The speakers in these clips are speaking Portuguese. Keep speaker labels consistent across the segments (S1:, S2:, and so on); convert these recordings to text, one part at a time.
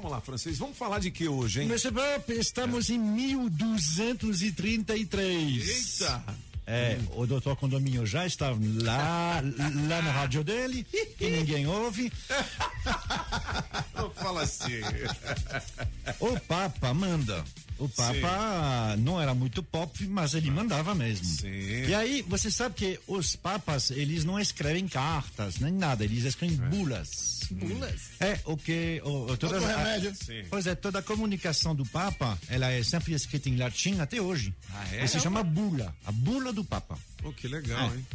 S1: falar, francês. Vamos falar de que hoje, hein?
S2: Monsieur Pop, estamos em 1233.
S1: Eita!
S2: É, o doutor Condomínio já estava lá, lá na rádio dele, que ninguém ouve.
S1: Não fala assim.
S2: O Papa manda. O Papa não era muito pop, mas ele mandava mesmo.
S1: Ah, Sim.
S2: E aí, você sabe que os papas, eles não escrevem cartas, nem nada, eles escrevem
S1: É.
S2: bulas.
S3: Bulas?
S2: É, o que... O, o, todas
S4: Outro
S2: a-
S4: um remédio.
S1: Sim.
S2: Pois é, toda a comunicação do Papa, ela é sempre escrita em latim até hoje.
S1: Ah, é?
S2: E se chama bula, a bula do Papa.
S1: Pô, que
S4: É.
S1: legal, hein?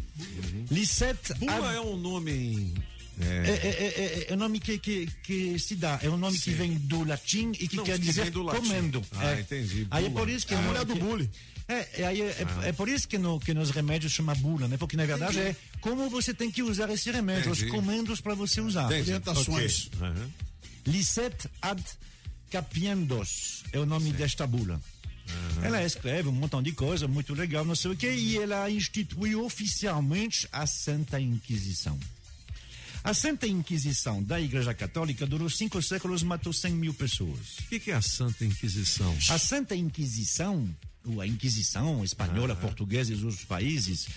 S2: Lisette
S1: Bula
S2: Ab-
S1: é um nome em.
S2: é, é, é, é, é o nome que, que, que se dá, é um nome que vem do latim e que
S1: Não,
S2: quer
S1: que
S2: dizer
S1: vem do latim.
S2: comendo.
S1: Ah,
S2: é.
S1: entendi,
S2: Aí é
S1: bula.
S2: por isso que
S1: Ah,
S2: o
S4: mulher do
S2: que-
S4: bule.
S2: É, é, aí é, é- é por isso que, no, que nos remédios chama bula, né? Porque na verdade é como você tem que usar esse remédio, os
S1: Entendi.
S2: comandos para você usar.
S1: Entendi.
S4: Orientações.
S1: Aham.
S2: Lisette ad Capiendos é o nome desta bula. Ela escreve um montão de coisa muito legal, não sei o que, e ela instituiu oficialmente a Santa Inquisição. A Santa Inquisição da Igreja Católica durou cinco séculos e matou 100 mil pessoas.
S1: O que, que é a Santa Inquisição?
S2: A Santa Inquisição, ou a Inquisição espanhola, portuguesa e os outros países,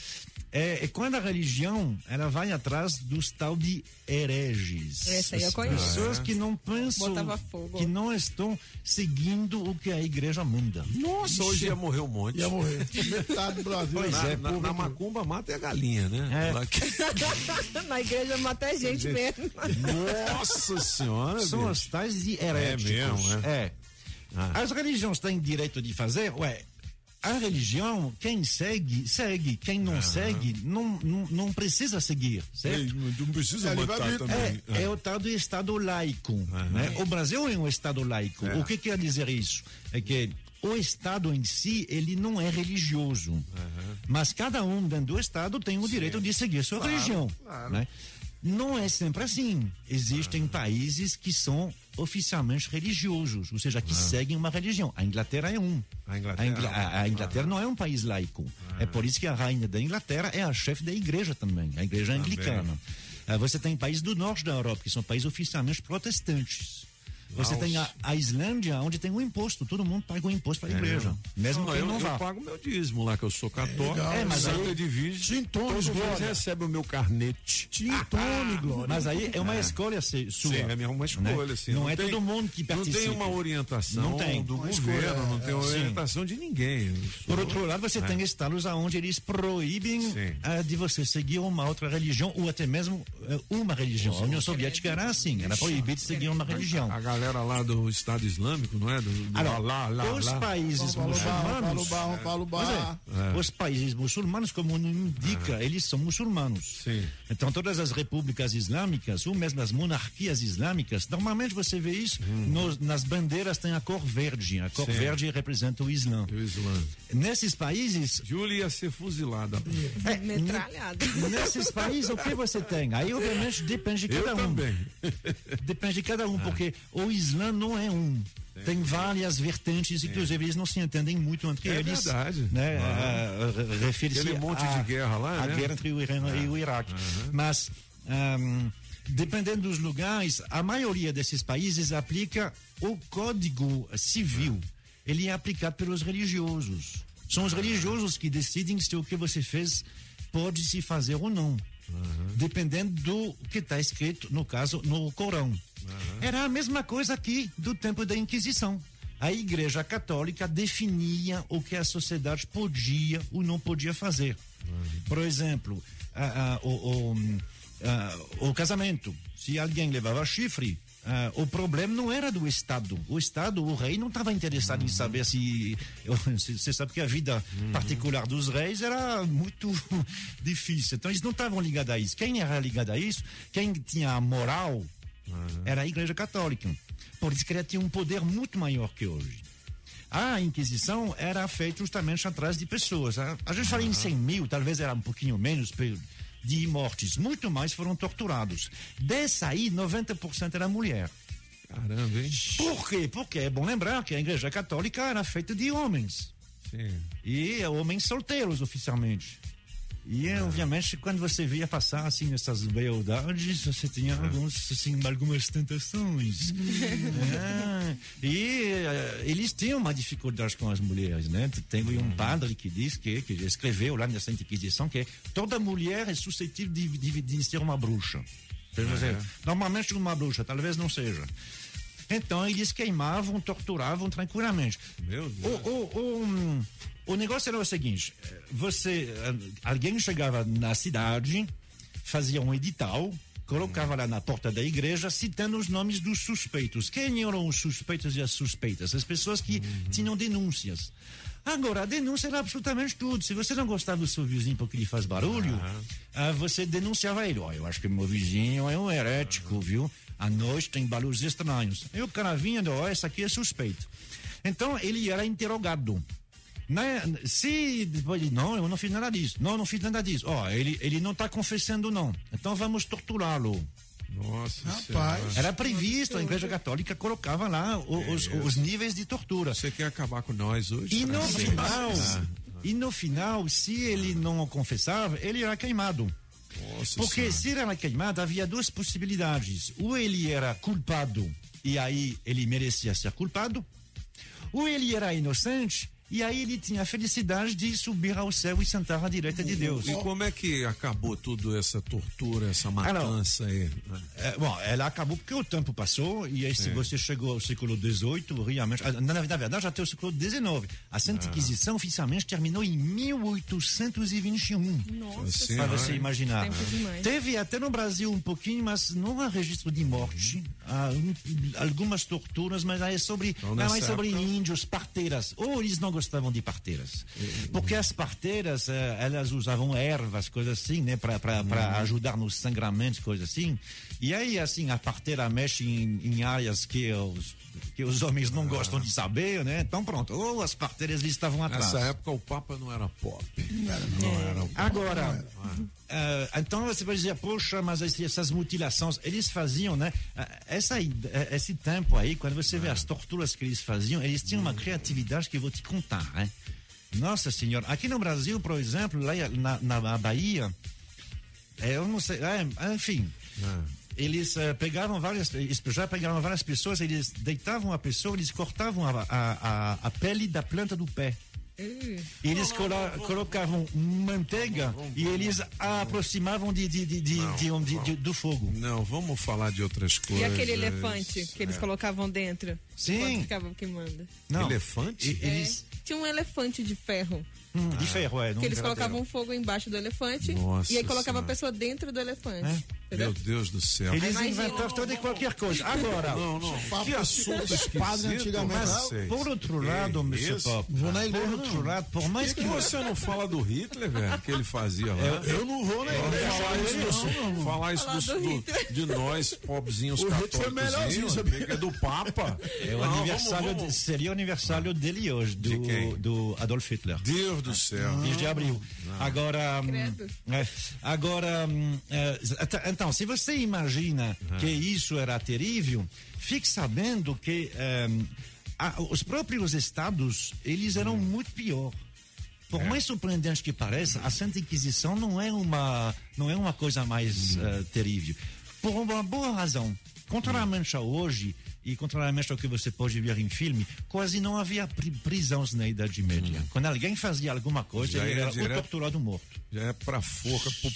S2: é, é quando a religião ela vai atrás dos tal de hereges.
S3: Essa aí eu
S2: As
S3: conheço.
S2: Pessoas que não pensam,
S3: Botava fogo.
S2: que não estão seguindo o que a igreja manda.
S1: Nossa, hoje ia morrer um monte.
S4: Ia morrer. Metade do Brasil.
S2: Pois
S1: Na,
S2: é,
S1: na- na macumba mata é a galinha, né?
S2: É.
S1: Ela que-
S3: Na igreja mata a gente mesmo.
S1: Nossa senhora,
S2: São
S1: bicho.
S2: os tais de heréticos.
S1: É mesmo, Ah.
S2: É. As religiões têm direito de fazer, ué. A religião, quem segue, segue. Quem não segue, não, não, não precisa seguir, certo?
S1: não precisa
S4: É, ele vai abrir-
S2: É, é o tal do Estado laico. né? O Brasil é um Estado laico. O que quer dizer isso? É que o Estado em si, ele não é religioso. Mas cada um dentro do Estado tem o direito de seguir sua religião. né? Não é sempre assim. Existem países que são oficialmente religiosos, ou seja, que seguem uma religião. A Inglaterra é um.
S1: A Inglaterra.
S2: Ingla- a- a Inglaterra não é um país laico. É por isso que a rainha da Inglaterra é a chefe da igreja também, a igreja anglicana. Ah, Você tem países do norte da Europa, que são países oficialmente protestantes. Você
S1: Laos.
S2: tem a, a Islândia, onde tem um imposto, todo mundo paga um imposto para a igreja, mesmo
S1: É. Não,
S2: quem
S1: eu,
S2: não
S1: eu
S2: vá.
S1: pago meu dízimo lá, que eu sou católico.
S4: legal.
S2: É, mas
S1: Santa
S2: aí-
S1: Edvige,
S4: Gin tonic,
S1: todos vocês
S4: Glória.
S1: recebem o meu carnete.
S4: Tintone,
S1: Ah,
S4: Glória.
S2: Mas aí é uma escolha se- sua.
S1: Sim, é minha- uma escolha,
S2: né?
S1: assim.
S2: Não, é
S1: tem-
S2: todo mundo que participa.
S1: Não tem uma orientação
S2: Não tem.
S1: do
S2: Uma
S1: governo,
S4: escolha,
S1: não tem
S4: é,
S2: sim.
S1: orientação de ninguém. Eu sou-
S2: Por outro lado, você tem estados aonde eles proíbem
S1: É. Sim.
S2: ah, de você seguir uma outra religião ou até mesmo eh, uma religião. A União Soviética era assim, era proibida de seguir uma religião.
S1: A galera lá do Estado Islâmico, não é? Do, do,
S2: Alors,
S1: lá, lá,
S2: os
S1: lá.
S2: países
S4: Paulo Bar, Paulo
S2: muçulmanos,
S4: Bar, Paulo Bar.
S2: Pois é. Os países muçulmanos, como não indica, eles são muçulmanos.
S1: É. Sim.
S2: Então, todas as repúblicas islâmicas, ou mesmo as monarquias islâmicas, normalmente você vê isso nos- nas bandeiras, tem a cor verde. A cor
S1: Hum. Sim.
S2: verde representa o Islã.
S1: Do Islã.
S2: Nesses países.
S1: Júlia ia ser fuzilada.
S3: É, Metralhada.
S2: Nesses países, o que você tem? Aí, obviamente, depende de
S1: Eu
S2: cada um.
S1: também.
S2: Depende de cada um,
S1: Ah.
S2: porque o Islã não é um. Tem várias vertentes, inclusive eles não se entendem muito entre
S1: É
S2: eles.
S1: verdade.
S2: Né?
S1: Uhum.
S2: Ah, re- Refere-se
S1: Aquele é um monte
S2: à-
S1: de guerra lá,
S2: à
S1: né?
S2: "Ah, guerra entre o Irã e o Iraque. Mas, ahm, dependendo dos lugares, a maioria desses países aplica o Código Civil. Ele é aplicado pelos religiosos. São
S1: Ah.
S2: os religiosos que decidem se o que você fez pode se fazer ou não. Dependendo do que está escrito, no caso, no Corão. Era a mesma coisa aqui do tempo da Inquisição. A Igreja Católica definia o que a sociedade podia ou não podia fazer. Por exemplo, a- a- o, o, hum, a- o casamento. Se alguém levava chifre, ah, o problema não era do Estado. O Estado, o rei, não estava interessado em saber se. Você sabe que a vida particular dos reis era muito difícil. Então, eles não estavam ligados a isso. Quem era ligado a isso, quem tinha a moral, era a Igreja Católica. Por isso que ela tinha um poder muito maior que hoje. A Inquisição era feita justamente atrás de pessoas. A, a gente fala em 100 mil, talvez era um pouquinho menos pe- de mortes. Muito mais foram torturados. Dessa aí, 90% era mulher.
S1: Caramba, hein?
S2: Por quê? Porque é bom lembrar que a Igreja Católica era feita de homens.
S1: Sim.
S2: E é homens solteiros, oficialmente. E, obviamente, quando você via passar, assim, essas beldades, você tinha alguns, assim, algumas tentações. E eh, eles tinham uma dificuldade com as mulheres, né? Tem um padre que diz que, que escreveu lá nessa Inquisição que toda mulher é suscetível de, de, de ser uma bruxa. Quer dizer, Normalmente uma bruxa, talvez não seja. Então eles queimavam, torturavam tranquilamente.
S1: Meu Deus.
S2: O, o, o, hum, o negócio era o seguinte: eh, você, eh, alguém chegava na cidade, fazia um edital, colocava lá na porta da igreja, citando os nomes dos suspeitos. Quem eram os suspeitos e as suspeitas? As pessoas que tinham denúncias. Agora, a denúncia era absolutamente tudo. Se você não gostava do seu vizinho porque ele faz barulho, ah, você denunciava ele. Ó, eu acho que meu vizinho é um herético, viu? À noite tem barulhos estranhos. E o cara vinha, ó, esse aqui é suspeito. Então, ele era interrogado. Né? Se depois ele, não, eu não fiz nada disso. Não, eu não fiz nada disso. Ó, ele, ele não está confessando, não. Então vamos torturá-lo.
S1: Nossa
S4: Rapaz.
S1: Senhora.
S2: Era previsto, a Igreja Católica colocava lá o- os, os níveis de tortura.
S1: Você quer acabar com nós hoje?
S2: E no
S1: Parabéns.
S2: final,
S1: Ah,
S2: e no final, se ele não confessava, ele era queimado.
S1: nossa
S2: Porque
S1: Senhora.
S2: se ele era queimado, havia duas possibilidades. Ou ele era culpado, e aí ele merecia ser culpado. Ou ele era inocente, e aí ele tinha a felicidade de subir ao céu e sentar à direita de Deus. Ah,
S1: E como é que acabou tudo essa tortura, essa
S2: não.
S1: matança aí?
S2: É, bom, ela acabou porque o tempo passou e aí se você chegou ao século XVIII, realmente, ah, na, na verdade até o século XIX, a Santa Inquisição oficialmente terminou em 1821.
S3: Nossa
S1: Assim,
S2: Para
S1: Senhora,
S2: você
S1: hein?
S2: imaginar.
S3: Tempo demais.
S2: Teve até no Brasil um pouquinho, mas não há registro de morte. Há um- algumas torturas, mas aí é sobre,
S1: Então,
S2: não, é
S1: nessa
S2: sobre
S1: época-
S2: índios, parteiras. Ou eles não gostavam de parteiras. Porque as parteiras, eh, elas usavam ervas, coisas assim, né? Para
S1: Uhum.
S2: ajudar nos sangramentos, coisas assim. E aí, assim, a parteira mexe em, em áreas que os, que os homens
S1: Ah.
S2: não gostam de saber, né? Então pronto, ou as parteiras estavam atrás.
S1: Nessa época o Papa não era pop. É.
S2: Agora, ah, então você vai dizer, poxa, mas esse- essas mutilações, eles faziam, né? Ah, Essa, id- eh, esse tempo aí, quando você vê as torturas que eles faziam, eles tinham uma criatividade que eu vou te contar, hein? Nossa Senhora, aqui no Brasil, por exemplo, lá na, na- na Bahia, eh, eu não sei, ah, enfim.
S1: É.
S2: Eles eh, pegavam várias, eles já pegavam várias pessoas, eles deitavam a pessoa, eles cortavam a, a, a, a pele da planta do pé. E Eles colo- colocavam manteiga e eles a aproximavam de, de, de, de, de onde- de- do fogo.
S1: Não, vamos falar de outras
S3: E
S1: coisas. É.
S3: aquele elefante que eles colocavam dentro?
S2: é, Sim.
S3: Quando ficava queimando.
S2: Não.
S1: é Elefante?
S2: E- Eles,
S3: É. Tinha um elefante de ferro.
S2: Hum,
S1: Ah.
S2: De ferro, é. não
S3: Que eles
S2: de
S3: colocavam
S2: madeira.
S3: fogo embaixo do elefante.
S1: Nossa
S3: e aí colocava
S1: Senhora.
S3: a pessoa dentro do elefante.
S2: É?
S1: Meu
S3: Entendeu?
S1: Deus do céu.
S2: Eles
S3: Imagina.
S2: inventavam toda e qualquer coisa. Agora,
S1: Não, não.
S4: Papo
S1: Que assunto
S4: espada
S1: esquisito.
S4: antigamente.
S1: Mas, É
S2: por outro lado, Mr. Pop, né,
S4: Vou na
S2: por
S4: igreja,
S2: outro
S4: não.
S2: lado, por
S1: Por
S2: mais
S1: que,
S2: que
S1: que você não fala do Hitler, velho? Que ele fazia lá.
S4: Eu não vou na igreja.
S1: falar isso, do- falar isso
S3: Falar
S1: dos-
S3: do
S1: do-
S3: Hitler.
S1: de nós, pobrezinhos
S4: O Hitler
S1: católicos.
S4: foi melhorzinho, sabia?
S1: É do Papa.
S2: é o
S1: Não,
S2: aniversário
S1: vamos-
S2: de-
S1: vamos-
S2: seria o aniversário dele hoje,
S1: De
S2: do,
S1: quem?
S2: do Adolf Hitler.
S1: Deus do céu.
S4: Ah.
S2: 10 de abril. Agora, hum,
S3: Credo.
S2: é, agora, hum, é, ent- então, se você imagina que isso era terrível, fique sabendo que hum, a- os próprios estados eles eram muito pior. Por mais surpreendente que pareça, a Santa Inquisição não é uma não é uma coisa mais eh, terrível. Por uma boa razão. Contrariamente a hoje e contrariamente ao que você pode ver em filme, quase não havia pri- prisões na Idade Média. Quando alguém fazia alguma coisa,
S1: Já
S2: ele
S1: ia
S2: era
S1: direto-
S2: o torturado morto.
S1: Já é pra forca, pro,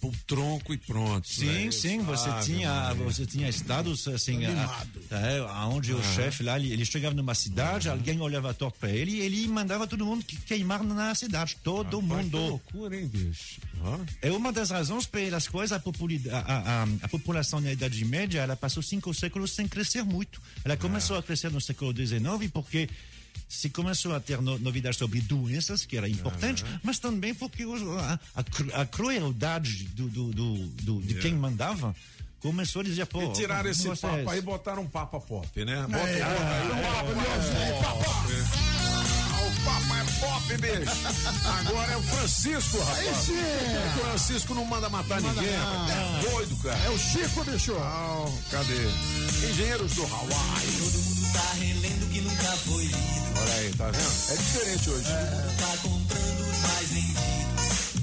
S1: pro tronco e pronto.
S2: Sim,
S1: né?
S2: sim, você
S1: Ave
S2: tinha,
S1: Maria.
S2: você tinha estados assim, a,
S4: Animado.
S2: é, aonde o chefe lá, ele, ele chegava numa cidade, alguém olhava torto para ele, e ele mandava todo mundo que queimar na cidade, todo
S1: Rapaz, Que
S2: mundo.
S1: loucura, hein, bicho? Ó,
S2: É uma das razões pelas quais a, populi- a- a- a- a população na Idade Média ela passou cinco séculos sem crescer muito.
S1: Ah.
S2: Ela começou a crescer no século XIX porque se começou a ter no- novidades sobre doenças, que era importante, mas também porque os- a, a cru- a crueldade do, do- do- do- de quem mandava começou a dizer, pô... é
S1: E tiraram esse
S2: vocês-
S1: papa aí e botaram um papa pop, né? Bota-
S4: É,
S1: É papa. Ah, O papa é pop, bicho. Agora é o Francisco,
S4: Aí
S1: rapaz.
S4: sim.
S1: O Francisco não manda matar ninguém,
S4: não.
S1: rapaz. É doido, cara.
S4: É o Chico, bicho.
S1: Ah, cadê? Engenheiros do Hawaii.
S5: Todo mundo tá relendo que nunca foi lido.
S1: Olha aí, tá vendo?
S4: É diferente hoje.
S5: Tá comprando os mais vendidos.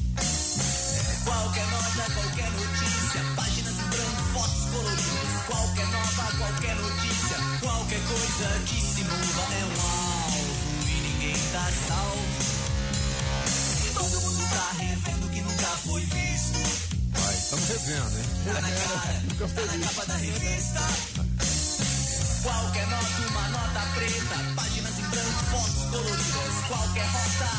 S5: É, Qualquer nota, qualquer notícia. Páginas em branco, fotos coloridas. Qualquer nota, qualquer notícia. Qualquer coisa que se mova é um alvo e ninguém tá salvo. E todo mundo tá revendo o que nunca foi visto.
S1: Vai, estamos revendo, hein?
S5: Tá na cara, tá na capa da revista. Qualquer nota, uma nota preta. Páginas em branco, fotos coloridas. Qualquer rota,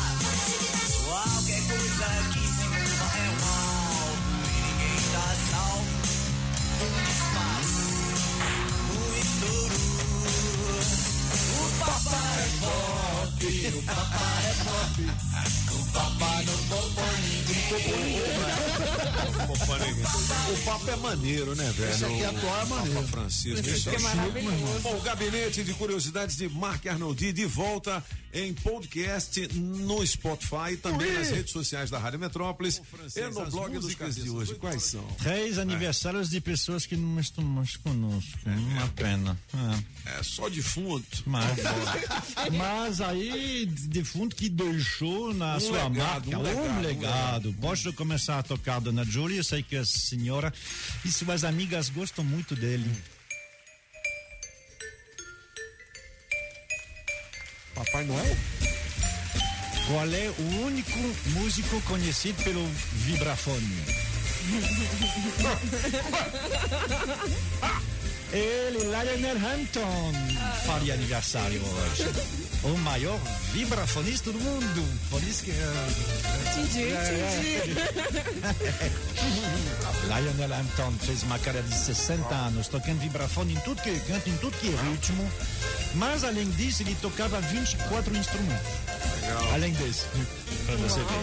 S5: qualquer coisa que se mova é um alvo e ninguém tá salvo. Um disparo, um estouro. O papai é pop, o papai é pop. O papai não poupou ninguém.
S1: O papo é maneiro, né, velho?
S4: Esse aqui
S1: O
S4: atual é maneiro.
S1: Papa Francisco.
S3: Esse aqui é maravilhoso.
S1: Bom, o gabinete de curiosidades de Mark Arnoldi de volta em podcast no Spotify, também nas redes sociais da Rádio Metrópolis e no blog dos dias de hoje. Quais são?
S2: Três aniversários de pessoas que não estão mais conosco. Uma pena. É.
S1: É só defunto.
S2: Mas, mas aí, defunto que deixou na sua
S1: legado,
S2: marca
S1: um legado,
S2: um legado.
S1: um
S2: Posso começar a tocar Dona Júlia? Eu sei que a senhora e suas amigas gostam muito dele.
S1: Papai Noel?
S2: Qual é o único músico conhecido pelo vibrafone? Ele, Lionel Hampton, faria aniversário hoje. O maior vibrafonista do mundo. Por isso que. eh,
S3: Entendi, entendi.
S2: Lionel Hampton fez uma cara de 60 anos, tocando vibrafone em tudo que é canto, em tudo que é ritmo. Mas, além disso, ele tocava 24 instrumentos. Além desse, pra você ver.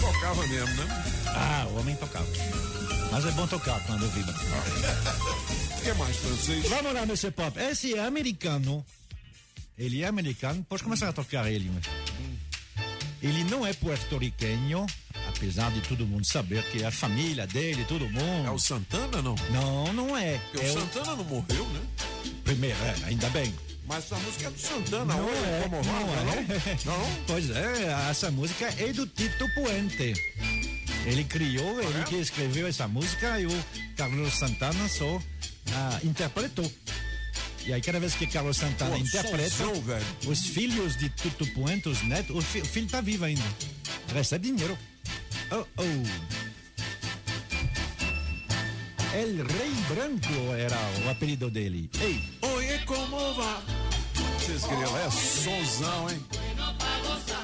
S1: Tocava mesmo, né?
S2: Ah, o homem tocava. Mas é bom tocar quando vibra.
S1: O que mais, francês?
S2: Vamos lá, Mr. Pop. Esse é americano. Ele é americano. Pode começar a tocar ele. mas- Ele não é puerto-riquenho, apesar de todo mundo saber que é a família dele, todo mundo.
S1: É o Santana, não?
S2: Não, não é.
S1: Porque
S2: é
S1: o
S2: o
S1: Santana não morreu, né?
S2: primeiro, é, ainda bem.
S1: Mas a música é do Santana,
S2: Não
S1: olha,
S2: é,
S1: como
S2: não
S1: roda,
S2: é.
S1: não? Não?
S2: Pois é, essa música é do Tito Puente. Ele criou,
S1: Ah,
S2: ele
S1: é?
S2: que escreveu essa música e o Carlos Santana só ah, interpretou. E aí cada vez que Carlos Santana
S1: Pô,
S2: Tá interpreta,
S1: solzão, velho.
S2: os filhos de Tito Puente, os netos, o, fi- o filho tá vivo ainda. Recebe dinheiro. Oh, oh. El Rei Branco era o apelido dele. Ei,
S1: Oiê, como va? Vocês grilam, é sonzão, hein?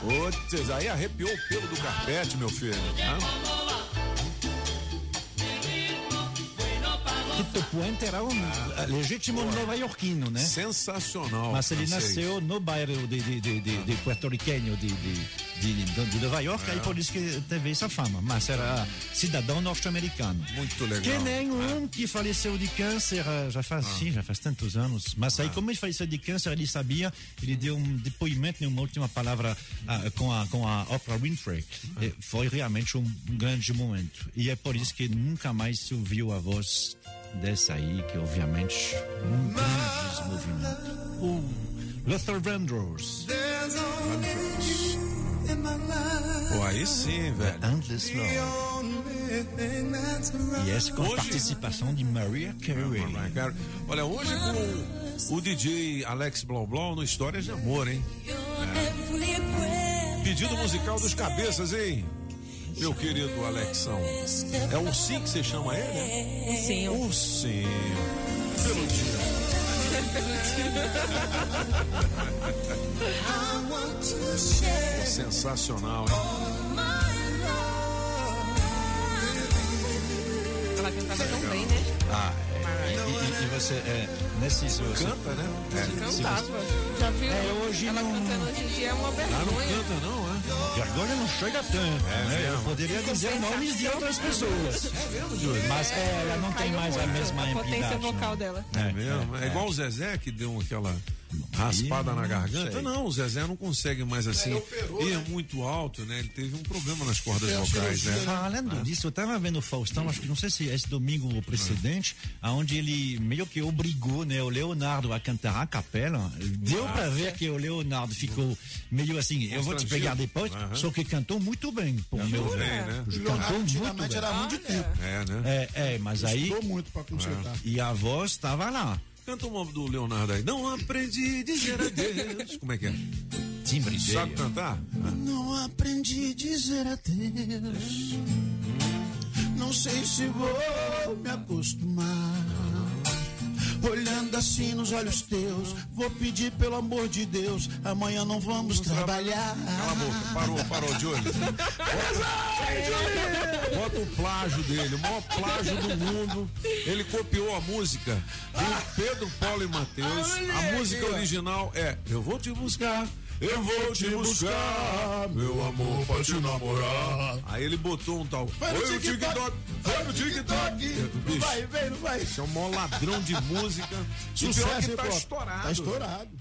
S1: Ô, vocês aí arrepiou o pelo do carpete, meu filho. Hã?
S2: Tito Puente era um ah, legítimo nova-iorquino, né?
S1: Sensacional.
S2: Mas ele
S1: francês.
S2: nasceu no bairro de, de, de, de, de puerto-riquenho de, de, de, de, de Nova York,
S1: É.
S2: e por isso que teve essa fama. Mas era cidadão norte-americano.
S1: Muito legal. É. Ah.
S2: Que nem um que faleceu de câncer, eh, já faz, sim, já faz tantos anos. Mas
S1: É.
S2: aí, como ele faleceu de câncer, ele sabia, ele deu um depoimento, né, uma última palavra ah, com, a, com a Oprah Winfrey.
S1: É.
S2: E foi realmente um, um grande momento. E é por isso que nunca mais se ouviu a voz dessa aí, que obviamente um grande movimento. O Luther Vandross.
S1: Pô, aí sim, velho.
S2: Endless Love. E essa com
S1: Hoje- Ah,
S2: a participação de Maria Carey.
S1: Mas, cara, Olha, hoje com o DJ Alex Blau Blau no Histórias de Amor, hein? Ah. Pedido musical dos cabeças, hein? Meu querido Alexão. É ursinho que você chama ele, né?
S3: Sim, eu
S1: Ursinho. Pelo dia. Sensacional, hein?
S3: ela cantava tão bem, né?
S2: Ah, é. e, e- e você, é, nesse seu-
S1: Canta, né? É.
S3: Cantava. Já viu?
S2: É, hoje
S3: ela
S2: não-
S3: cantando hoje em dia é uma
S1: Ah, não
S3: vergonha.
S1: canta, não, é?
S2: Vergonha não chega tanto, né?
S1: mesmo.
S2: Eu poderia dizer nomes de outras pessoas. Mas é, ela não tem
S3: Caiu
S2: mais a
S3: muito
S2: mesma né?
S3: a potência
S2: idade,
S3: vocal
S2: não.
S3: dela.
S1: É mesmo? É igual o Zezé que deu aquela raspada na garganta. Não, o Zezé não consegue mais assim. E é muito alto, né? Ele teve um problema nas cordas vocais, né?
S2: Falando disso, eu estava vendo o Faustão, acho que não sei se é esse domingo ou precedente,
S1: Ah.
S2: aonde ele meio que obrigou né, o Leonardo a cantar a capela. Deu
S1: Ah.
S2: para ver que o Leonardo ficou meio assim, eu vou te pegar depois,
S1: Aham.
S2: só que cantou muito bem, por meu
S1: Bem,
S2: ver.
S1: né?
S2: Cantou muito
S4: Antigamente
S2: bem.
S4: era ruim de tempo.
S1: É, né?
S2: É, é, mas aí,
S4: Estou muito pra consertar.
S2: e a voz estava lá.
S1: Canta uma do Leonardo aí. Não aprendi a dizer adeus. Como é que é?
S2: Timbre
S1: Sabe cantar?
S6: Não aprendi a dizer adeus. Não sei se vou me acostumar. Olhando assim nos olhos teus, vou pedir pelo amor de Deus. Amanhã não vamos trabalhar.
S1: Cala a boca, parou, parou, Diogo. Bota- Bota o plágio dele, o maior plágio do mundo. Ele copiou a música do Pedro Paulo e Matheus. A música original é Eu vou te buscar. Eu vou te buscar, meu amor, pra te namorar. Aí ele botou um tal. Foi
S4: no
S1: o TikTok, foi no TikTok. Bicho,
S4: Vai, vem, não vai.
S1: é um maior ladrão de música. E pior que
S4: hein,
S1: tá
S4: pô?
S1: estourado.
S4: Tá estourado.